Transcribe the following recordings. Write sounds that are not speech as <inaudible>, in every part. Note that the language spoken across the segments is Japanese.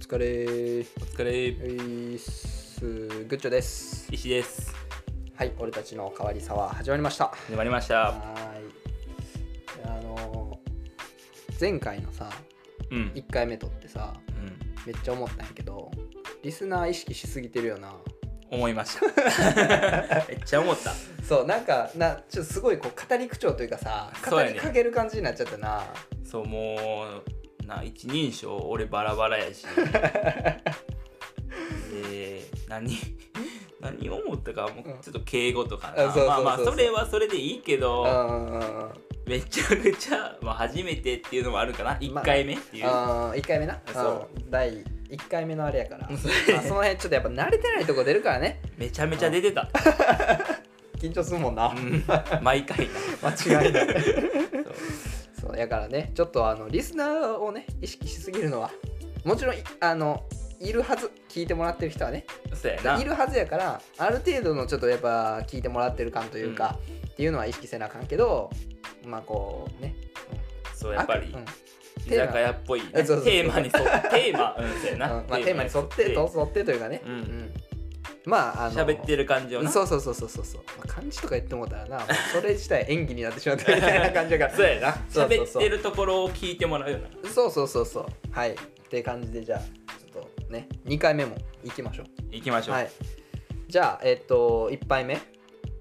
疲れお疲れういっすグッチョです石ですはい俺たちの変わりさは始まりましたは始まりましたーいあのー前回のさうん、うん、 1回目撮ってさめっちゃ思ったんやけどリスナー意識しすぎてるよな思いました <laughs> めっちゃ思ったそうなんかなちょっとすごいこう語り口調というかさそう語やねりかける感じになっちゃったなそうもうな一人称俺バラバラ <laughs> やしで何何を思ったかもうちょっと敬語とかな、あそうそうそうそうまあまあそれはそれでいいけうど、んうんうんうんめちゃくちゃ、まあ、初めてっていうのもあるかな1回目っていう、あ1回目なそうん第1回目のあれやから、うんまあその辺ちょっとやっぱ慣れてないとこ出るからねめちゃめちゃ出てた、緊張するもんな、うん、毎回な <laughs> 間違いない <laughs> そうそうやからねちょっとあのリスナーをね意識しすぎるのはもちろんいあのいるはず聞いてもらってる人はねそうやないるはずやからある程度のちょっとやっぱ聞いてもらってる感というか、っていうのは意識せなあかんけどまあこうねそうやっぱり、あうん居酒屋っぽい、ね、そうそうそうテー <laughs> マに沿ってテーマうんそうやな、うんまあ、テーマに沿ってと沿ってというかね、うんまああの喋ってる感じをなそうそうそうそうそうそう、まあ、漢字とか言ってもうたらなもうそれ自体演技になってしまったみたいな感じだから <laughs> そうやなそうそう喋そっうてるところを聞いてもらうようなそうそうそうそうはいって感じでじゃあちょっとね2回目もいきましょ行きましうょう、はいじゃあえっと1杯目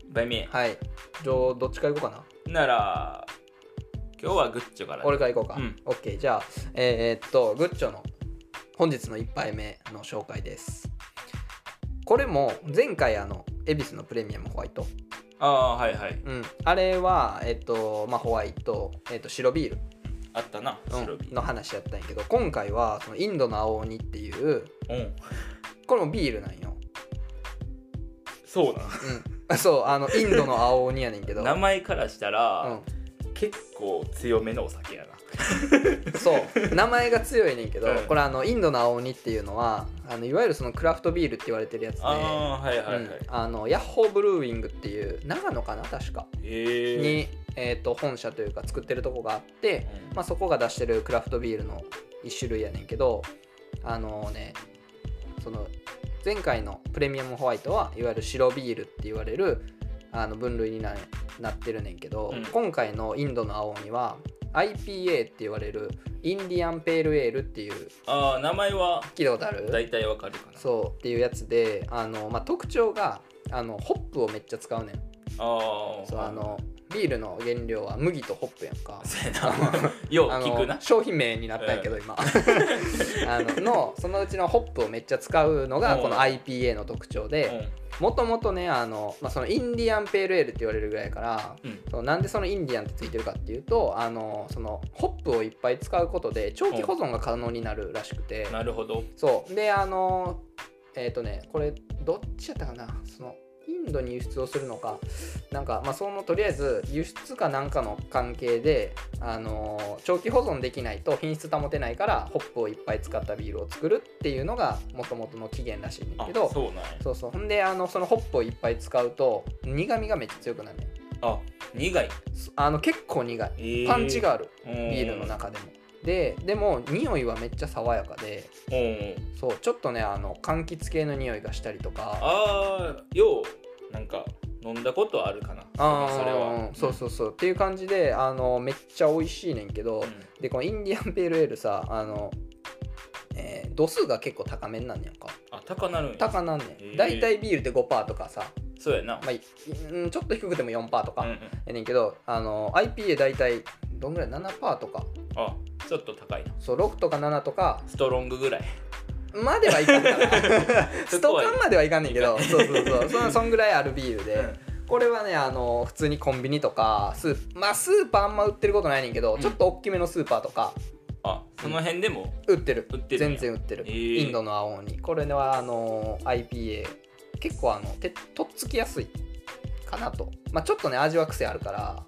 バイミーはいじゃあどっちからいこうかななら今日はグッチョから俺からいこうか、うんオッケーじゃあえーっとグッチョの本日の1杯目の紹介ですこれも前回あの恵比寿のプレミアムホワイト、ああはいはいうん、あれはえっとまあホワイト、えっと、白ビールあったな白ビうんの話やったんやけど今回はそのインドの青鬼っていううん、これもビールなんよ、そううん、 <laughs> そうあのインドの青鬼やねんけどな名前からしたう、ら、結構強めのお酒やなんそう名前が強いねんけど、うんこれあのインドの青鬼っていうのはあのいわゆるそのクラフトビールって言われてるやつでああーはいはいはい、うんあのヤッホーブルーイングっていう長野かな確かええに、えー、と本社というか作ってるとこがあって、うんまあ、そこが出してるクラフトビールの一種類やねんけどあのねその前回のプレミアムホワイトはいわゆる白ビールって言われるあの分類にななってるねんけど、うん今回のインドの青には IPA って言われるインディアンペールエールっていうああ名前は聞いたことある大体わかるかなそうっていうやつであの、まあ、特徴があのホップをめっちゃ使うねんああそうあのビールの原料は麦とホップやんかそうやな <laughs> ようあ聞くなの商品名になったんやけど今 <laughs> あののそのうちのホップをめっちゃ使うのがうんこの IPA の特徴でもともとねあの、まあ、そのインディアンペールエールって言われるぐらいやからうんうんそのなんでそのインディアンってついてるかっていうとあのそのホップをいっぱい使うことで長期保存が可能になるらしくて、なるほどそうであのえっ、とねこれどっちやったかなそのインドに輸出をするのかなんかまあそのとりあえず輸出かなんかの関係であの長期保存できないと品質保てないからホップをいっぱい使ったビールを作るっていうのがもともとの起源らしいんだあけどそうそうなんやそうほんであのそのホップをいっぱい使うと苦みがめっちゃ強くなるねあ苦い、そあの結構苦いえーパンチがある、ビビールの中でもででも匂いはめっちゃ爽やかでうんうんそうちょっとねあの柑橘系の匂いがしたりとかああようなんか飲んだことあるかなーそれはそうそうそうっていう感じであのめっちゃ美味しいねんけど、うんでこのインディアンペールエールさあの、えー度数が結構高めになんねやんかあ高なるんや高なんねへんー大体ビールって5%とかさ、そうやなまあ、いうんちょっと低くても4%とうんうかんやねんけど、あの IPA 大体どんぐらい7%とかあちょっと高いなそう6とか7とかストロングぐらいまではいかんか <laughs> な <laughs> ストカンまではいかんねんけどいそうそうそうそんそんぐらいあるビールで。うんこれはねあの普通にコンビニとかスーまあスーパーあんま売ってることないねんけど、うんちょっと大きめのスーパーとかあその辺でも売ってる売ってる全んや然売ってる、へーインドの青鬼これはあの IPA 結構あのてとっつきやすいかなとまあちょっとね味は癖あるから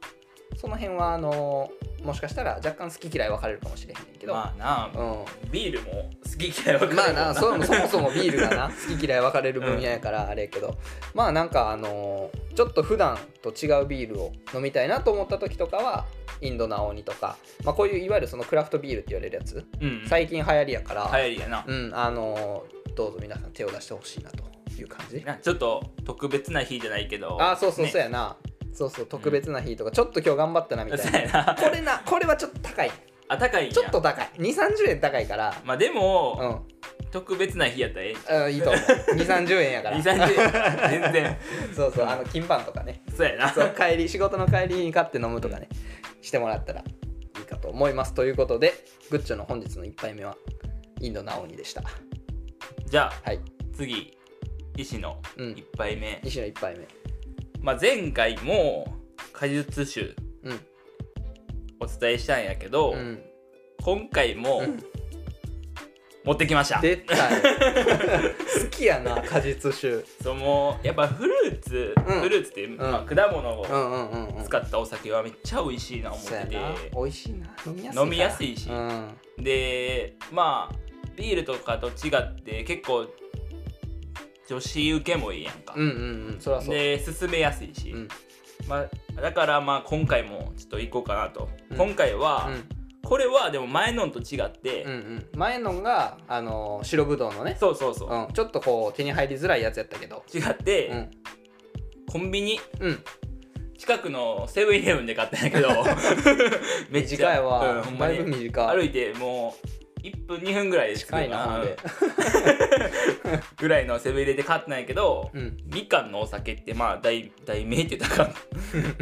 その辺はあのもしかしたら若干好き嫌い分かれるかもしれへんけど、まあなあうん、ビールも好き嫌い分か <laughs> まあるもんなそもそもそもビールがな好き嫌い分かれる分野やからあれやけど、まあなんかあのーちょっと普段と違うビールを飲みたいなと思った時とかはインドの青鬼とか、まあ、こういういわゆるそのクラフトビールって言われるやつうん最近流行りやから、流行りやなうんあのーどうぞ皆さん手を出してほしいなという感じなちょっと特別な日じゃないけどああそうそうねそうやな、そうそう特別な日とか、ちょっと今日頑張ったなみたいそうなやなこれなこれはちょっと高いあ高いんやちょっと高い2 3 0円高いからまあでも、うん特別な日やったらええんちゃうんいいと思う2 3 0円や <laughs> からう2030 <laughs> 全然そうそうあの金パンとかねそうやなそう帰り仕事の帰りに買って飲むとかねしてもらったらいいかと思いますということでグッチョの本日の1杯目はインドの青鬼でしたじゃあはい次石のうん1杯目、西の1杯目まあ、前回も果実酒うんお伝えしたんやけど、うん今回もうん持ってきました、出たよ <laughs> 好きやな果実酒そのやっぱフルーツ、うんフルーツって、まあ、果物うをんうんうんうん使ったお酒はめっちゃ美味しいな思っそうやててな美味しいな飲みやすいから飲みやすいしうんでまあビールとかと違って結構女子受けもいいやんか、うんうんうんそりゃそうで進めやすいし、うんまあ、だからまあ今回もちょっと行こうかなと、うん今回は、うんこれはでも前のんと違って、うんうん前のがあの白ぶどうのねそうそうそう、うんちょっとこう手に入りづらいやつやったけど違って、うんコンビニうん近くのセブンイレブンで買ったんやけど <laughs> めっちゃ短いわうん、ほんまだいにぶ短い歩いてもう1分2分ぐらいで着く近いなほんでぐらいのセブンイレで買ったんやけど、うんみかんのお酒ってまあ題題名って言ったらあか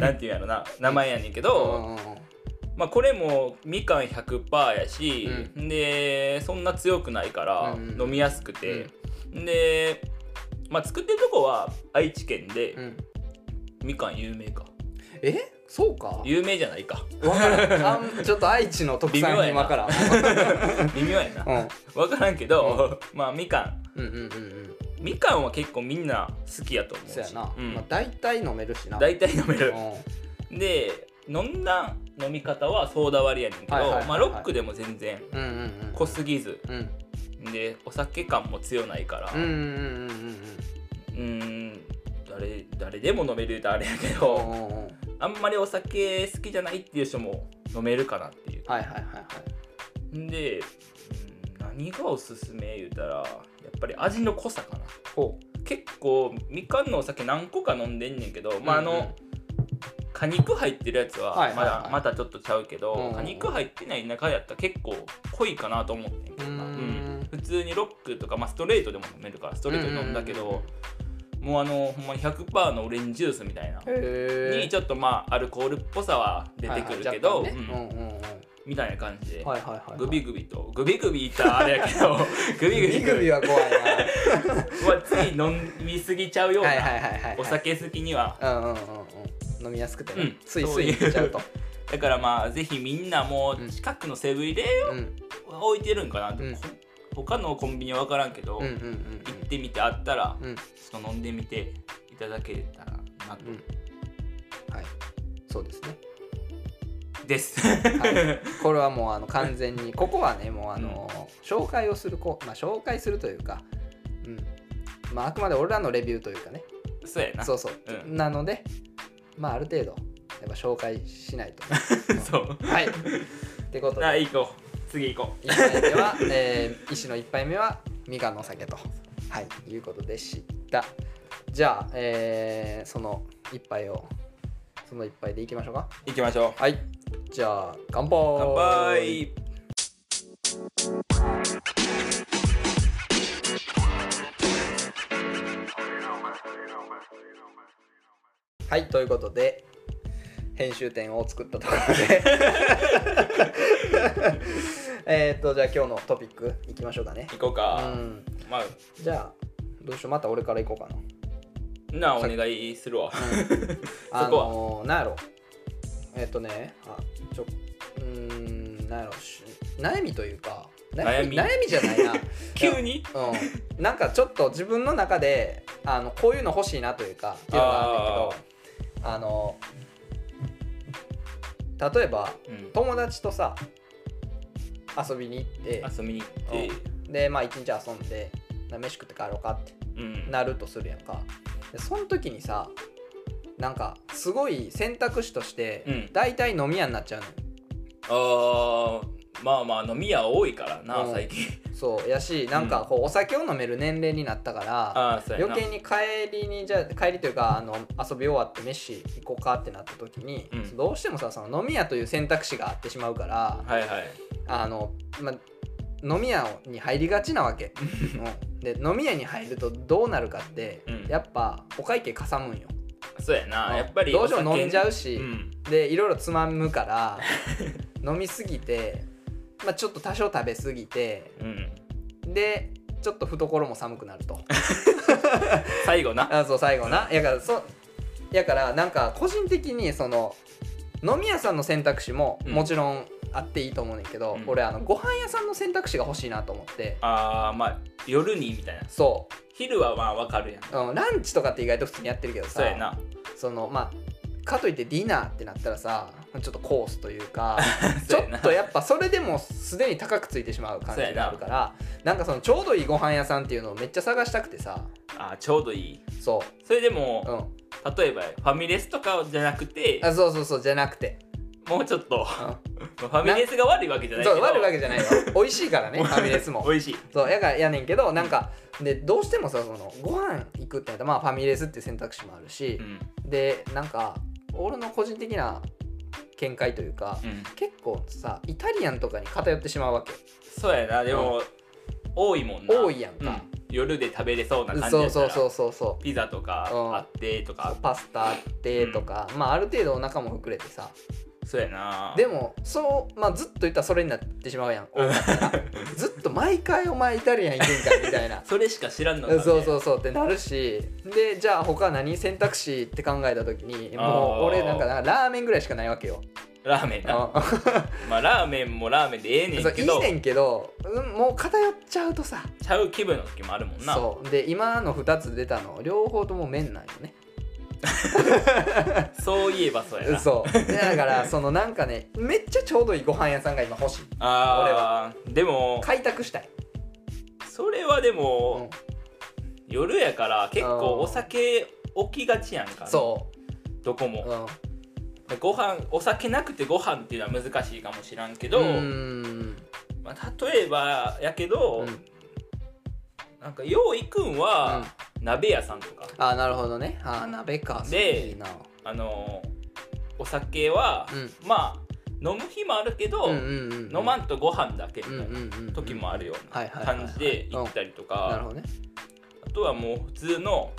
ん <laughs> なんていうんやろな名前やねんけど、まあ、これもみかん100%やし、でそんな強くないからうんうん飲みやすくて、で、まあ、作ってるとこは愛知県で、うんみかん有名かえそうか有名じゃな <laughs> いかわからんあんちょっと愛知の特産品わからん微妙やなうん分からんけど、まあみかんうんうんうんうんみかんは結構みんな好きやと思うしそうやな、んまあ、大体飲めるしな大体飲めうるん、で飲んだ飲み方はソーダ割りやねんけど、はいはいはいはいまあ、ロックでも全然うんうんうん濃すぎずうんでお酒感も強ないからうんうんうんうんうーん誰誰でも飲めるってあれやけうんうんどうんうんあんまりお酒好きじゃないっていう人も飲めるかなっていうはいはいはいはいでうん何がおすすめ言うたらやっぱり味の濃さかなほ結構みかんのお酒何個か飲んでんねんけど、まああの、うんうん果肉入ってるやつははいはまいだ、はいまたちょっとちゃうけど、うん果肉入ってない中やったら結構濃いかなと思ってんけどなうーん普通にロックとか、まあ、ストレートでも飲めるからストレートで飲んだけど、もうあのほんまに100%のオレンジジュースみたいなう。へえにちょっとまあアルコールっぽさは出てくるけど、はいはいうん若干ねうんうんうんみたいな感じで、はいはいはいはいグビグビとグビグビいったらあれやけ <laughs> どグビグビグビグビは怖 <laughs> いなまあつい飲みすぎちゃうようはいはいなはいはいはいお酒好きにはうんうんうんうん飲みやすくてね、うんスイスイいっちゃうとだからまあぜひみんなもう近くのセブンイレうんは置いてるんかな、うんこ他のコンビニは分からんけど、うんうん行うんってみてあったらうんうんちょっと飲んでみていただけたらなと、うんはいそうですね、 <laughs> です、はい、これはもうあの完全にここはねもうあの、紹介をするこう、まあ、紹介するというか、うんまあ、あくまで俺らのレビューというかねそうやなそうそう、うなのでまあある程度やっぱ紹介しないとそうはいってことあで行こう次行こ1杯目は、えー、医師の1杯目はみかんのお酒と、はい、いうことでしたじゃあ、えーその1杯をその1杯でいきましょうかう行きましょうはい、じゃあ乾杯。乾杯はい、ということで編集点を作ったところで <laughs> えーっとじゃあ今日のトピックいきましょうかね。行こううか、ん、まあじゃあどうしようまた俺からいこうかな。なあお願いするわあそこのー、なんやろえーっとねあちょうーんなんやろし悩みというか悩み悩みじゃない <laughs> な急にうん、なんかちょっと自分の中であのこういうの欲しいなというかっていうのがあるんだけどあの例えばうん友達とさ遊びに行って遊びに行って、でまあ一日遊んでな飯食って帰ろうかってうん、なるとするやんかでその時にさなんかすごい選択肢としてうん大体飲み屋になっちゃうのよ、あーまあまあ飲み屋多いからなうん最近そうやしなんかこうお酒を飲める年齢になったから、ああそうやな余計に帰りにじゃ帰りというかあの遊び終わって飯行こうかってなった時に、うんどうしてもさその飲み屋という選択肢があってしまうからはいはいあの、ま、飲み屋に入りがちなわけ、うんで飲み屋に入るとどうなるかって、うんやっぱお会計かさむんよそうやな、うんやっぱりどうしても飲んじゃううし、ん、でいろいろつまむから <laughs> 飲みすぎて、まあ、ちょっと多少食べすぎてうん、でちょっと懐も寒くなる <laughs> と最後なあそう最後なやからそやからなんか個人的にその飲み屋さんの選択肢もうんもちろんあっていいと思うねんけど、うん俺あのご飯屋さんの選択肢が欲しいなと思ってあーまあ夜にみたいなそ昼はまあわかるやんう、うん、ランチとかって意外と普通にやってるけどさそうやなそのまあかといってディナーってなったらさちょっとコースというかちそょうやなっとやっぱそれでもすでに高くついてしまう感じがあるからなんかそのちょうどいいご飯屋さんっていうのをめっちゃ探したくてさあーちょうどいいそそれでう、うも、ん、例えばファミレスとかじゃなくてあそうそうそうじゃなくて、もうちょっと <laughs> う、ファミレスが悪いわけじゃなんいけそどう悪いわけじゃないよ美味しい <laughs> からねファミレスも美味しいそうやからやねんけどなんかでどうしてもさそのご飯行くってなったら、まあ、ファミレスっていう選択肢もあるしう、んでなんか俺の個人的な見解というか、うん結構さイタリアンとかに偏ってしまうわけそうやなでも、多いもんな多いやんかう夜で食べれそうな感じそやうったそうらそうそうそピザとかうんあってとかうパスタあってとか、まあある程度お腹も膨れてさそうやなでもそうまあずっと言ったらそれになってしまうやんうんずっと毎回お前イタリアン行くんかみたいな <laughs> それしか知らんのか、ね、そうそうそうってなるしでじゃあ他何選択肢って考えた時にもう俺なんかなんかラーメンぐらいしかないわけよ、ラーメンなうんまあラーメンもラーメンでええね <laughs> そんうけいいどねんけど、うん、もう偏っちゃうとさちゃう気分の時もあるもんなそうで今の2つ出たの両方とも麺なんよねそういえばそうやなそうでだからそのなんかねめっちゃちょうどいいご飯屋さんが今欲しい俺あーでも開拓したい、それはでうんも、夜やから結あー構お酒置きがちやんかそうどこう、も、うん、ご飯お酒なくてご飯っていうのは難しいかもしらんけど、ーんまあ、例えばやけど、うんなんかよう行くんは、鍋屋さんとかあなるほどねあ鍋かですごいなあのーお酒は、うまあ飲む日もあるけど、うんうんうん飲まんとご飯だけみたういんな、うんうんうん時もあるようはいなはいはいはい感じで行ったりとなるかほどねあとはもう普通の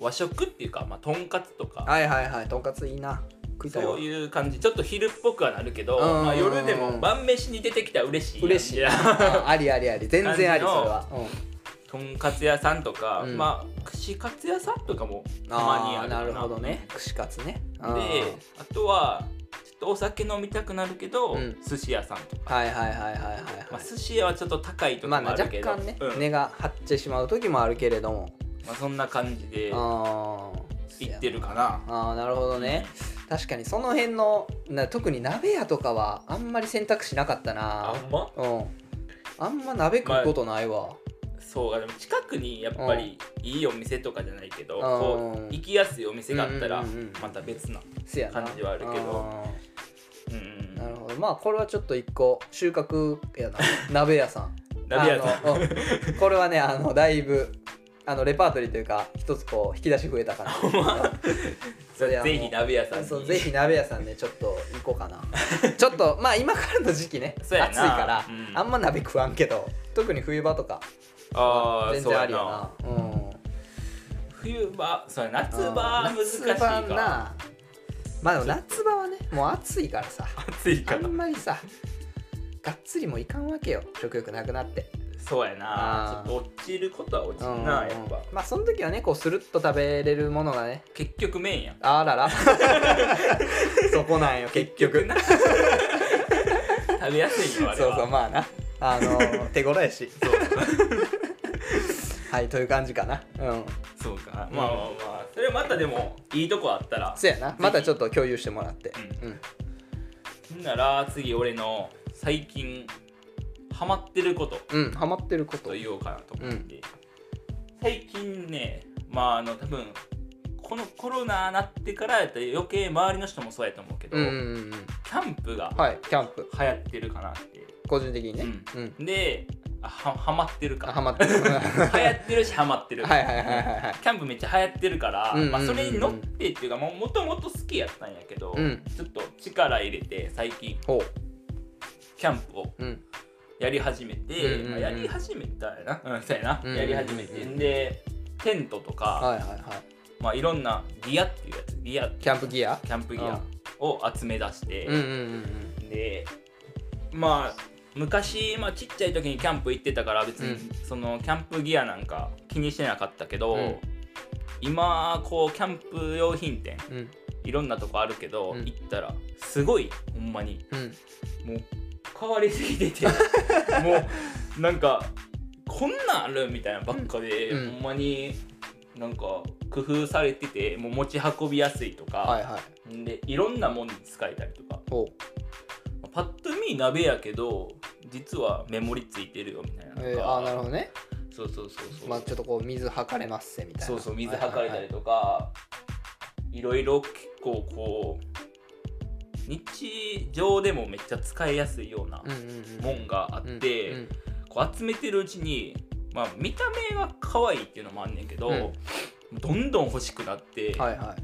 和食っていうか、まあ、とんかつとかはいはいはいとんかついいな食いたいそわういう感じちょっと昼っぽくはなるけど、うんうんうんまあ、夜でも晩飯に出てきたら嬉しいやん嬉しい <laughs> あありありあり全然ありそれは、うとんかつ屋さんとか、うんまあ串カツ屋さんとかもん、たまにあーるかなるほどね串カツねであとはちょっとお酒飲みたくなるけど、うん寿司屋さんとか、はいはいはいはいはいまはあ、い寿司屋はちょっと高いとまかあもな若あるけど、干ね、うん根が張ってしまう時もあるけれどもまあ、そんな感じで行あーってるかな。あーなるほどね確かにその辺のな特に鍋屋とかはあんまり選択肢なかったなあんまうんあんま鍋食うことないわ、そうあでも近くにやっぱりいいお店とかじゃないけど、うんこう行きやすいお店があったらうんうんうんうんまた別な、せやな感じはあるけどあうんーなるほどまあこれはちょっと一個収穫や <laughs> な鍋屋さん鍋屋さんあのうんこれはねあのだいぶあのレパートリーというか一つこう引き出し増えたかなそれはもうぜひ鍋屋さんにそうぜひ鍋屋さんねちょっと行こうかなちょっとまあ今からの時期ね暑そいうやなから、うんあんま鍋食わんけど特に冬場とかあー全そう然あやりやななうん冬場そうや夏場あはー難しい夏場かなまあでも夏場はねもう暑いからさ暑いあかんらまりさがっつりもいかんわけよ食欲なくなってそうやなあーちょっと落ちることは落ちるうんなやっぱまあその時はねこうスルッと食べれるものがね結局麺やんあ <laughs> ららそこなんよ結局な食べやすいよあれそうは <laughs> そうまあなあのー手頃やしはいという感じかなうんそうかまあまあまあそれまたでもいいとこあったらそやなまたちょっと共有してもらってううんんなら次俺の最近ハマってることうんハマってることと言おうかなと思って、最近ねまああの多分このコロナなってからやったら余計周りの人もそうやと思うけど、うんうんうんキャンプがうんはいキャンプ流行ってるかなって、個人的にねううんであはハマってるあかハマってる <laughs> は流行ってるしハマっているはいはいはいはいキャンプめっちゃ流行ってるから、うんうんうんうんまあ、それに乗ってっていうかもうもともと好きやったんやけど、うんちょっと力入れて最近ほキャンプをううんやり始めて、うんうんうんまあやり始めたやな、うん、そうやな、うんうんうんやり始めてんでテントとか、はいはいはいまあ、いろんなギアっていうやつギアキャンプギアキャンプギアを集め出してうん、うんうんでまあ昔、まあ、ちっちゃい時にキャンプ行ってたから別に、そのキャンプギアなんか気にしてなかったけど、うん今こうキャンプ用品店うんうんいろんなとこあるけど、うん行ったらすごいほんまにうんもう変わりすぎて <laughs> てもうなんかこんなんあるみたいなばっかで、うんほんまになんか工夫されててもう持ち運びやすいとか、はいはいでいろんなもんに使えたりとかほうパッと見鍋やけど実はメモリついてるよみたいなのとか、えーあーなるほどねそうそうそうそう、まあちょっとこう水はかれますせみたいなそうそう水はかれたりととか、いろいろ結構こう日常でもめっちゃ使いやすいようなもんがあって、こう集めてるうちに、まあ、見た目が可愛いっていうのもあんねんけど、どんどん欲しくなって、はいは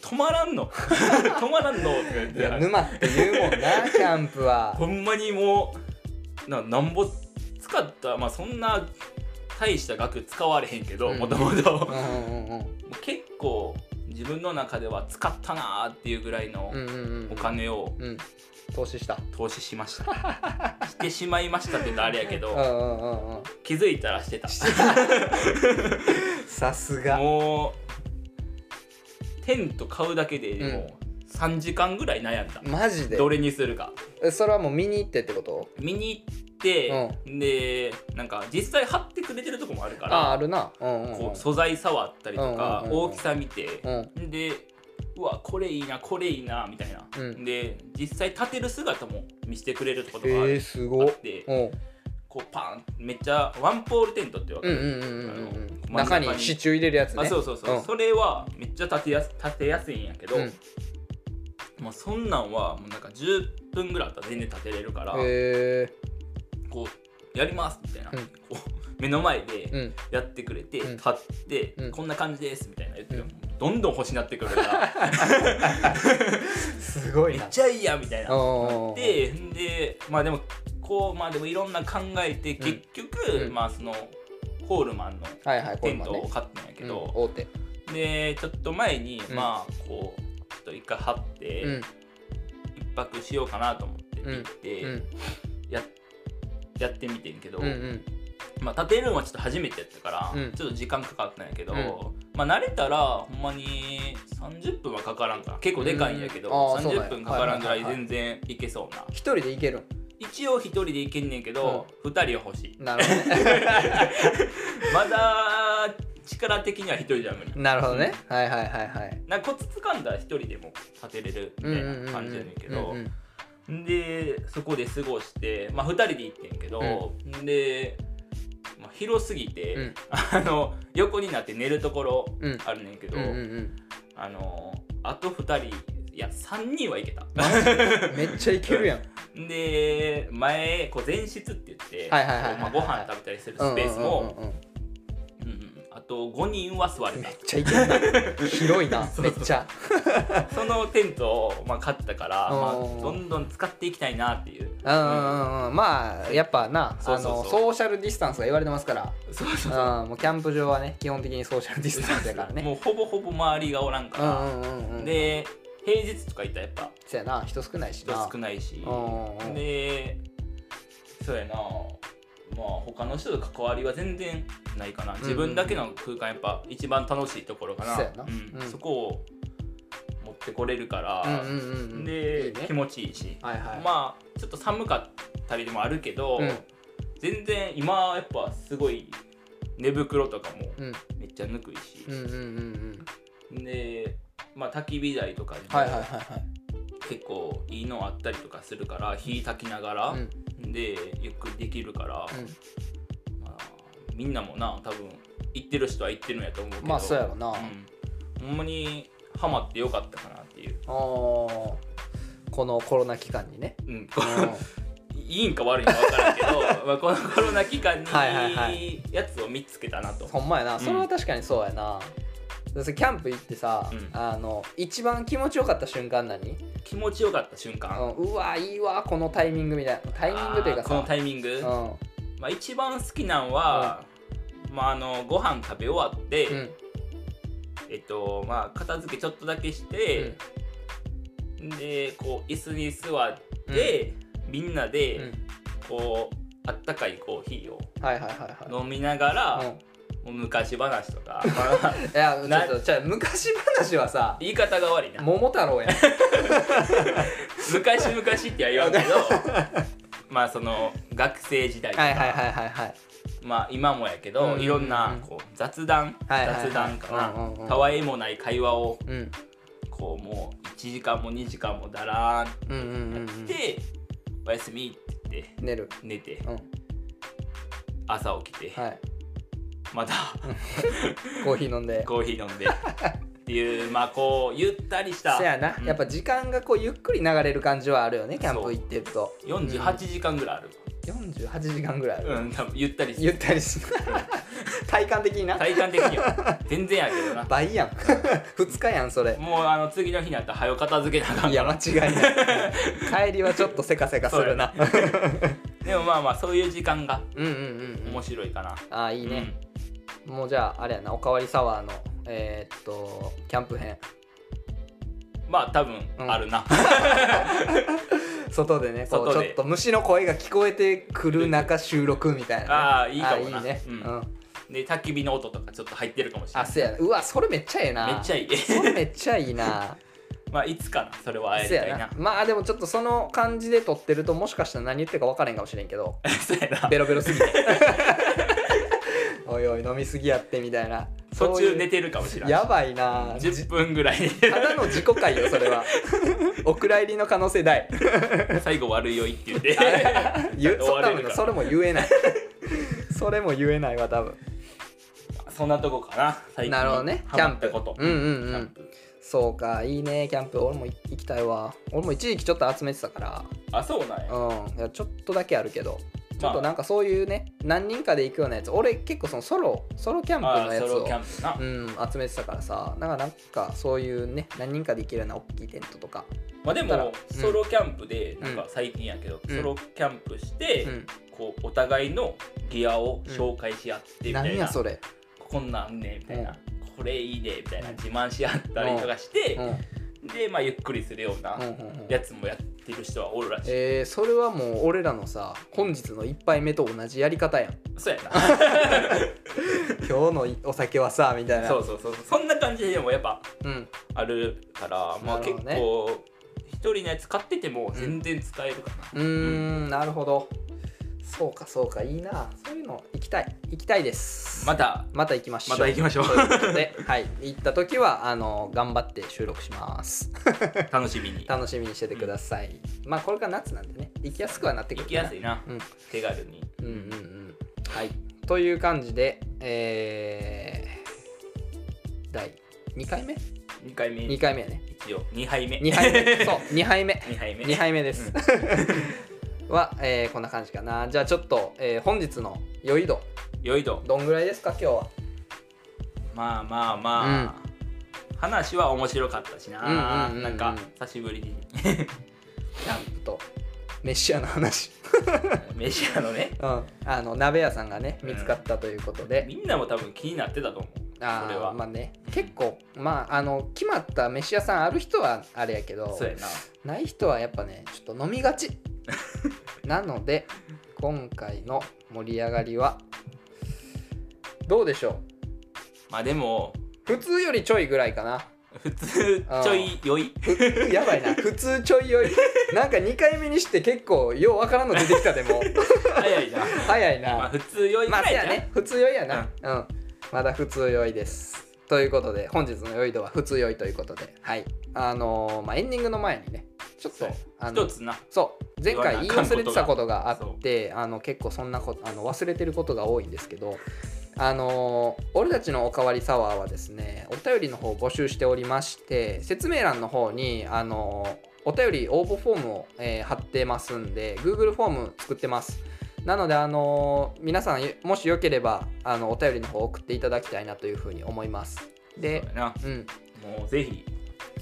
止まら <laughs> んの止まらんのって言っいいやて沼って言うもんなキャンプはほんまにもうななんぼ使った、まあ、そんな大した額使われへんけどうんもともとうんうんうん結構自分の中では使ったなーっていうぐらいのうんうんうんうんお金をうん投資した投資しました、 <laughs> してしまいましたって言うとあれやけうどんうんうんうん気づいたらしてたさすがもうテント買うだけででも3時間ぐらい悩んだ、マジでどれにするかえそれはもう見に行ってってこと見に行って、でなんか実際貼ってくれてるとこもあるかああらるなうんうんうんこう素材触ったりとか、うんうんうんうん大きさ見て、うんでうわこれいいなこれいいなみたいな、うんで実際立てる姿も見せてくれるとことえがある、ーすごっあってうんこうパンめっちゃワンポールテントってわかうんる、うんうんうんうんあの中真んに中に支柱入れるやつねあそうそうそう、んそれはめっちゃ立てやす立てやすいんやけど、うんもうそんなんはもうなんか10分ぐらいあったら全然立てれるから、へえこうやりますみたいな、うんこう目の前でうんやってくれて、うん立って、うんこんな感じですみたいな言ってる、うんどんどん星になってくるから <laughs> すごめっちゃいいやみたいな。ゃででまあでもこうまあでもいろんな考えて結局、うんまあそのホールマンのはいはいこテれンもトをね買ったんやけうんど、大手でちょっと前に、うんまあこうちょっと一回張って、うん一泊しようかなと思って行って、うんややってみてんけど、うんうんまあ、立てるのはちょっと初めてやったから、うんちょっと時間かかったんやけど、うまあ、慣れたらほんまに30分はかからんかな結構でかいんやけど、うんあーそうなんや30分かからんぐらはいいはい全然いけそうな、一人で行ける一応一人でいけんねんけど、二人は欲しいんなるほどね <laughs> まだ力的には一人じゃ無理なるほどねはいはいはいはいなんかコツつかんだら一人でも立てれるみうんたうんうんうんいな感じやねんけど、うんうんでそこで過ごして、まあ、2人で行ってんけど、で、まあ、広すぎて、うんあの横になって寝るところうんあるねんけど、うんうんあのあと2人いや3人はいけ <laughs> たうんめっちゃいけるやんで前こう前室って言ってはいはいはいはいこうまあご飯食べたりするスペースもうんうんうんうんうんうんあと5人は座れめたっ <laughs> ちゃいける <laughs> な広いなそうそうめっちゃそのテントを、まあ、買ったから、まあおー、どんどん使っていきたいなっ <laughs> ていううんうんうんまあやっぱなそあうそうそうのソーシャルディスタンスが言われてますからそうそうそううんもうキャンプ場はね基本的にソーシャルディスタンスだからねもうほぼほぼ周りがおらんうから、んうんうんうんで平日とか行ったらやっぱそやな人少ないしな人少ないしうんうんでそうやなまあ他の人と関わりは全然ないかな自分だけの空間やっぱ一番楽しいところかなそうやなんうんそこを持ってこれるかうんらうんうんうんでいいね気持ちいいし、はいはいまあちょっと寒かったりでもあるけど、うん全然今やっぱすごい寝袋とかもうんめっちゃぬくいしうんう、んうんうんでまあ焚き火台とかでもはいはいはいはい結構いいのあったりとかするから火炊きながら、うんでゆっくりできるから、うまあ、みんなもな多分行ってる人は行ってるんやと思うけどん、まあそうやろな、あうん、ほんまにハマってよかったかなっていう、ーこのコロナ期間に <laughs> ね、うん、ういいんか悪いんか <laughs> 分からんけどまあこのコロナ期間はいはいはにやつを見つけたなとん、ほんまやなそれは確かにそうやな、だってキャンプ行ってさ、うんあの一番気持ちよかった瞬間何、気持ちよかった瞬間うん、うわいいわこのタイミングみたいなタイミングというかあーさこのタイミング、まあ、一番好きなんは、まあ、あのご飯食べ終わって、うん、うんえっとまあ、片付けちょっとだけして、でこう椅子に座って、みんなで、うんこうあったかいコーヒーをはいはいはいはい飲みながら、うんもう昔話とか、 <laughs> まあいやちょなっとじゃあ昔話はさ言い方が悪いな桃太郎やん昔々っては言わんけど <laughs> まあその学生時代とか、はいはいはいはいはいまあ今もやけど、うんうんうんいろんなこう雑談、はいはいはい雑談かな、うんうんうんたわいもない会話をうんこうもう1時間も2時間もだらーんっうんうんうんうんてやって、おやすみって言って寝る寝てうん朝起きて、はいまたコーヒー飲んでコーヒー飲んでっていうまあこうゆったりしたそやな、うんやっぱ時間がこうゆっくり流れる感じはあるよねキャンプ行ってると48時間ぐらいある、 48時間ぐらいある、うん、多分ゆったりすゆるったり <laughs> し体感的にな体感的には全然やけどな倍やん <laughs> 2日やんそれもうあの次の日になったら早よ片付けなあかんいやから間違いない帰りはちょっとせかせかするなでもまあまあそういう時間がうんうんうんうん面白いかな、ああいいね、もうじゃああれやなおかわりサワーのえーっとキャンプ編うんまあ多分うんあるな、外でねこうち外ょでっと虫の声が聞こえてくる中収録みたいなね、ああいいかもなああいいね、ううんんで焚き火の音とかちょっと入ってるかもしれあないせやなうわそれめっちゃええなめっちゃいい <laughs> それめっちゃいいなまあいつかなそれは会えせたいやななまあでもちょっとその感じで撮ってるともしかしたら何言ってるか分からへんかもしれんけどそうやなベロベロすぎ <laughs> ておいおい飲みすぎやってみたいな途中寝ててるかもしれないやばいな10分ぐらい <laughs> でただの自己回よそれ <laughs> はお蔵入りの可能性大最後悪い酔いって言って <laughs> 言う終わそ多れるか分らそれも言えない <laughs> それも言えないわ多分そんなとこかな最近なるほどねハキャマンったプことうんうんキうャンんプそうかいいねキャンプ俺も行行きたいわ俺も一時期ちょっと集めてたかあそうなんや、らうんいやちょっとだけあるけどちょっとまなんかそういうね何人かで行くようなやつ俺結構そのソロソロキャンプあのあやソつロをキャンプな、うん、集めてたからさなんかなんかそういうね何人かで行けるような大きいテントとか、まあでだからもうんソロキャンプでなんか最近やけど、うんソロキャンプして、うん、こうお互いのギアを紹介し合ってみた何いな、やそれ、こんなんあんねみたいな、うんこれいいねみたいな自慢し合ったりとかしてうん、、うんで、まあ、ゆっくりするようなうんうんやつもやってる人はおるらしい、えー、それはもう俺らのさ本日の一杯目と同じやり方やんそうや <laughs> な今日のい <laughs> お酒はさみたいなそうそうそうそんな感じでもやっぱうん、あるから、まなあ、結るほどね構一人のやつ買ってても全然使えるかな、うーんなるほどそうかそうかいいなそういうの行きたい行きたいですまたまた行きましょうまた行きましょうということで、 <laughs> はい、行った時はあの頑張って収録します楽しみ <laughs> に楽しみにしててください、まあこれから夏なんでね行きやすくはなってく行るきかなやすいな、うん手軽にうんうんうんはいという感じでえー、第2回目2回目 ?2 回目やね一応2杯目2杯 <laughs> 目そう2杯目二杯目2杯目です、 <laughs> は、えーこんな感じかなじゃあちょっと、えー本日の酔い度よいとどんぐらいですか今日はまあまあまあ、話は面白かったしな、うんうんうんうんなんか久しぶ <laughs> りにキャンプと飯屋の話飯屋のねうんあの鍋屋さんがね見つかったということで、みんなも多分気になってたと思うあそれーは、まあね結構まああの決まった飯屋さんある人はあれやけどそうやなない人はやっぱねちょっと飲みが <laughs> ちなので今回の盛り上がりはどうでしょまあでもう普通よりちょいぐらいかな普通ちょい良いふ <laughs> やばいな普通ちょいよりなんか2回目にして結構ようわからんの出てきたでも早いな早 <laughs> いまあな普通良いぐまあらいせじゃやん、ね普通酔いやなうん、まだ普通酔いですということで本日の酔い度は普通酔いということではいあのーまあエンディングの前にねちょっとあ一のつなそう前回言い忘れてたことがあそうってあの結構そんなことあの忘れてることが多いんですけどあのー俺たちのおかわりサワーはですねお便りの方を募集しておりまして説明欄の方にあのーお便り応募フォームを、えー貼ってますんで Google フォーム作ってますなのであのー皆さんもしよければあのお便りの方送っていただきたいなというふうに思いますでそうやなうんもうぜひ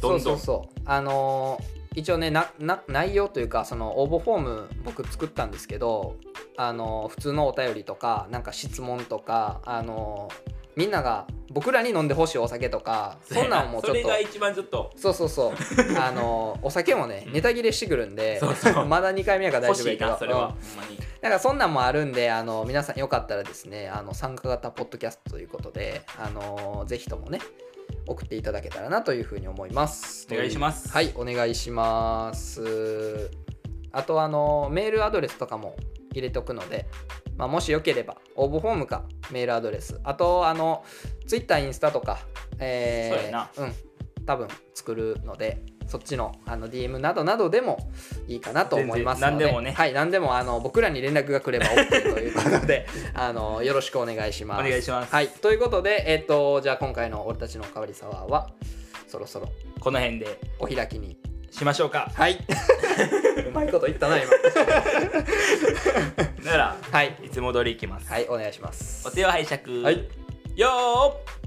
どんそどうんそうそうあのー一応ねなな内容というかその応募フォーム僕作ったんですけどあのー普通のお便りとかなんか質問とかあのーみんなが僕らに飲んでほしいお酒とかそんなんもちょっ <laughs> それとが一番ちょっとそうそうそうあのーお酒もねネタ切れしてくるんでそうそうまだ2回目やから大欲丈夫しやいけどなそれはうんほんまにだからそんなんもあるんであの皆さんよかったらですねあの参加型ポッドキャストということであのぜひともね送っていただけたらなというふうに思いますお願いします <laughs> はいお願いしますあとあのメールアドレスとかも入れておくので、まあ、もしよければ応募フォームかメールアドレスあとあのツイッターインスタとかえーそうやなうん多分作るのでそっちのあの DM などなどでもいいかなと思いますので全然何でもねはい、何でもあの僕らに連絡が来れば OK ということで <laughs> あのよろしくお願いしおます。願いしますはい、ということで、えっとじゃあ今回の「俺たちのおかわりサワー」はそろそろこの辺でお開きに。しましょうかはい <laughs> うまいこと言ったな今。ならはい、いつも通りいきますはい、お願いしますお。手を拝借はいよーっ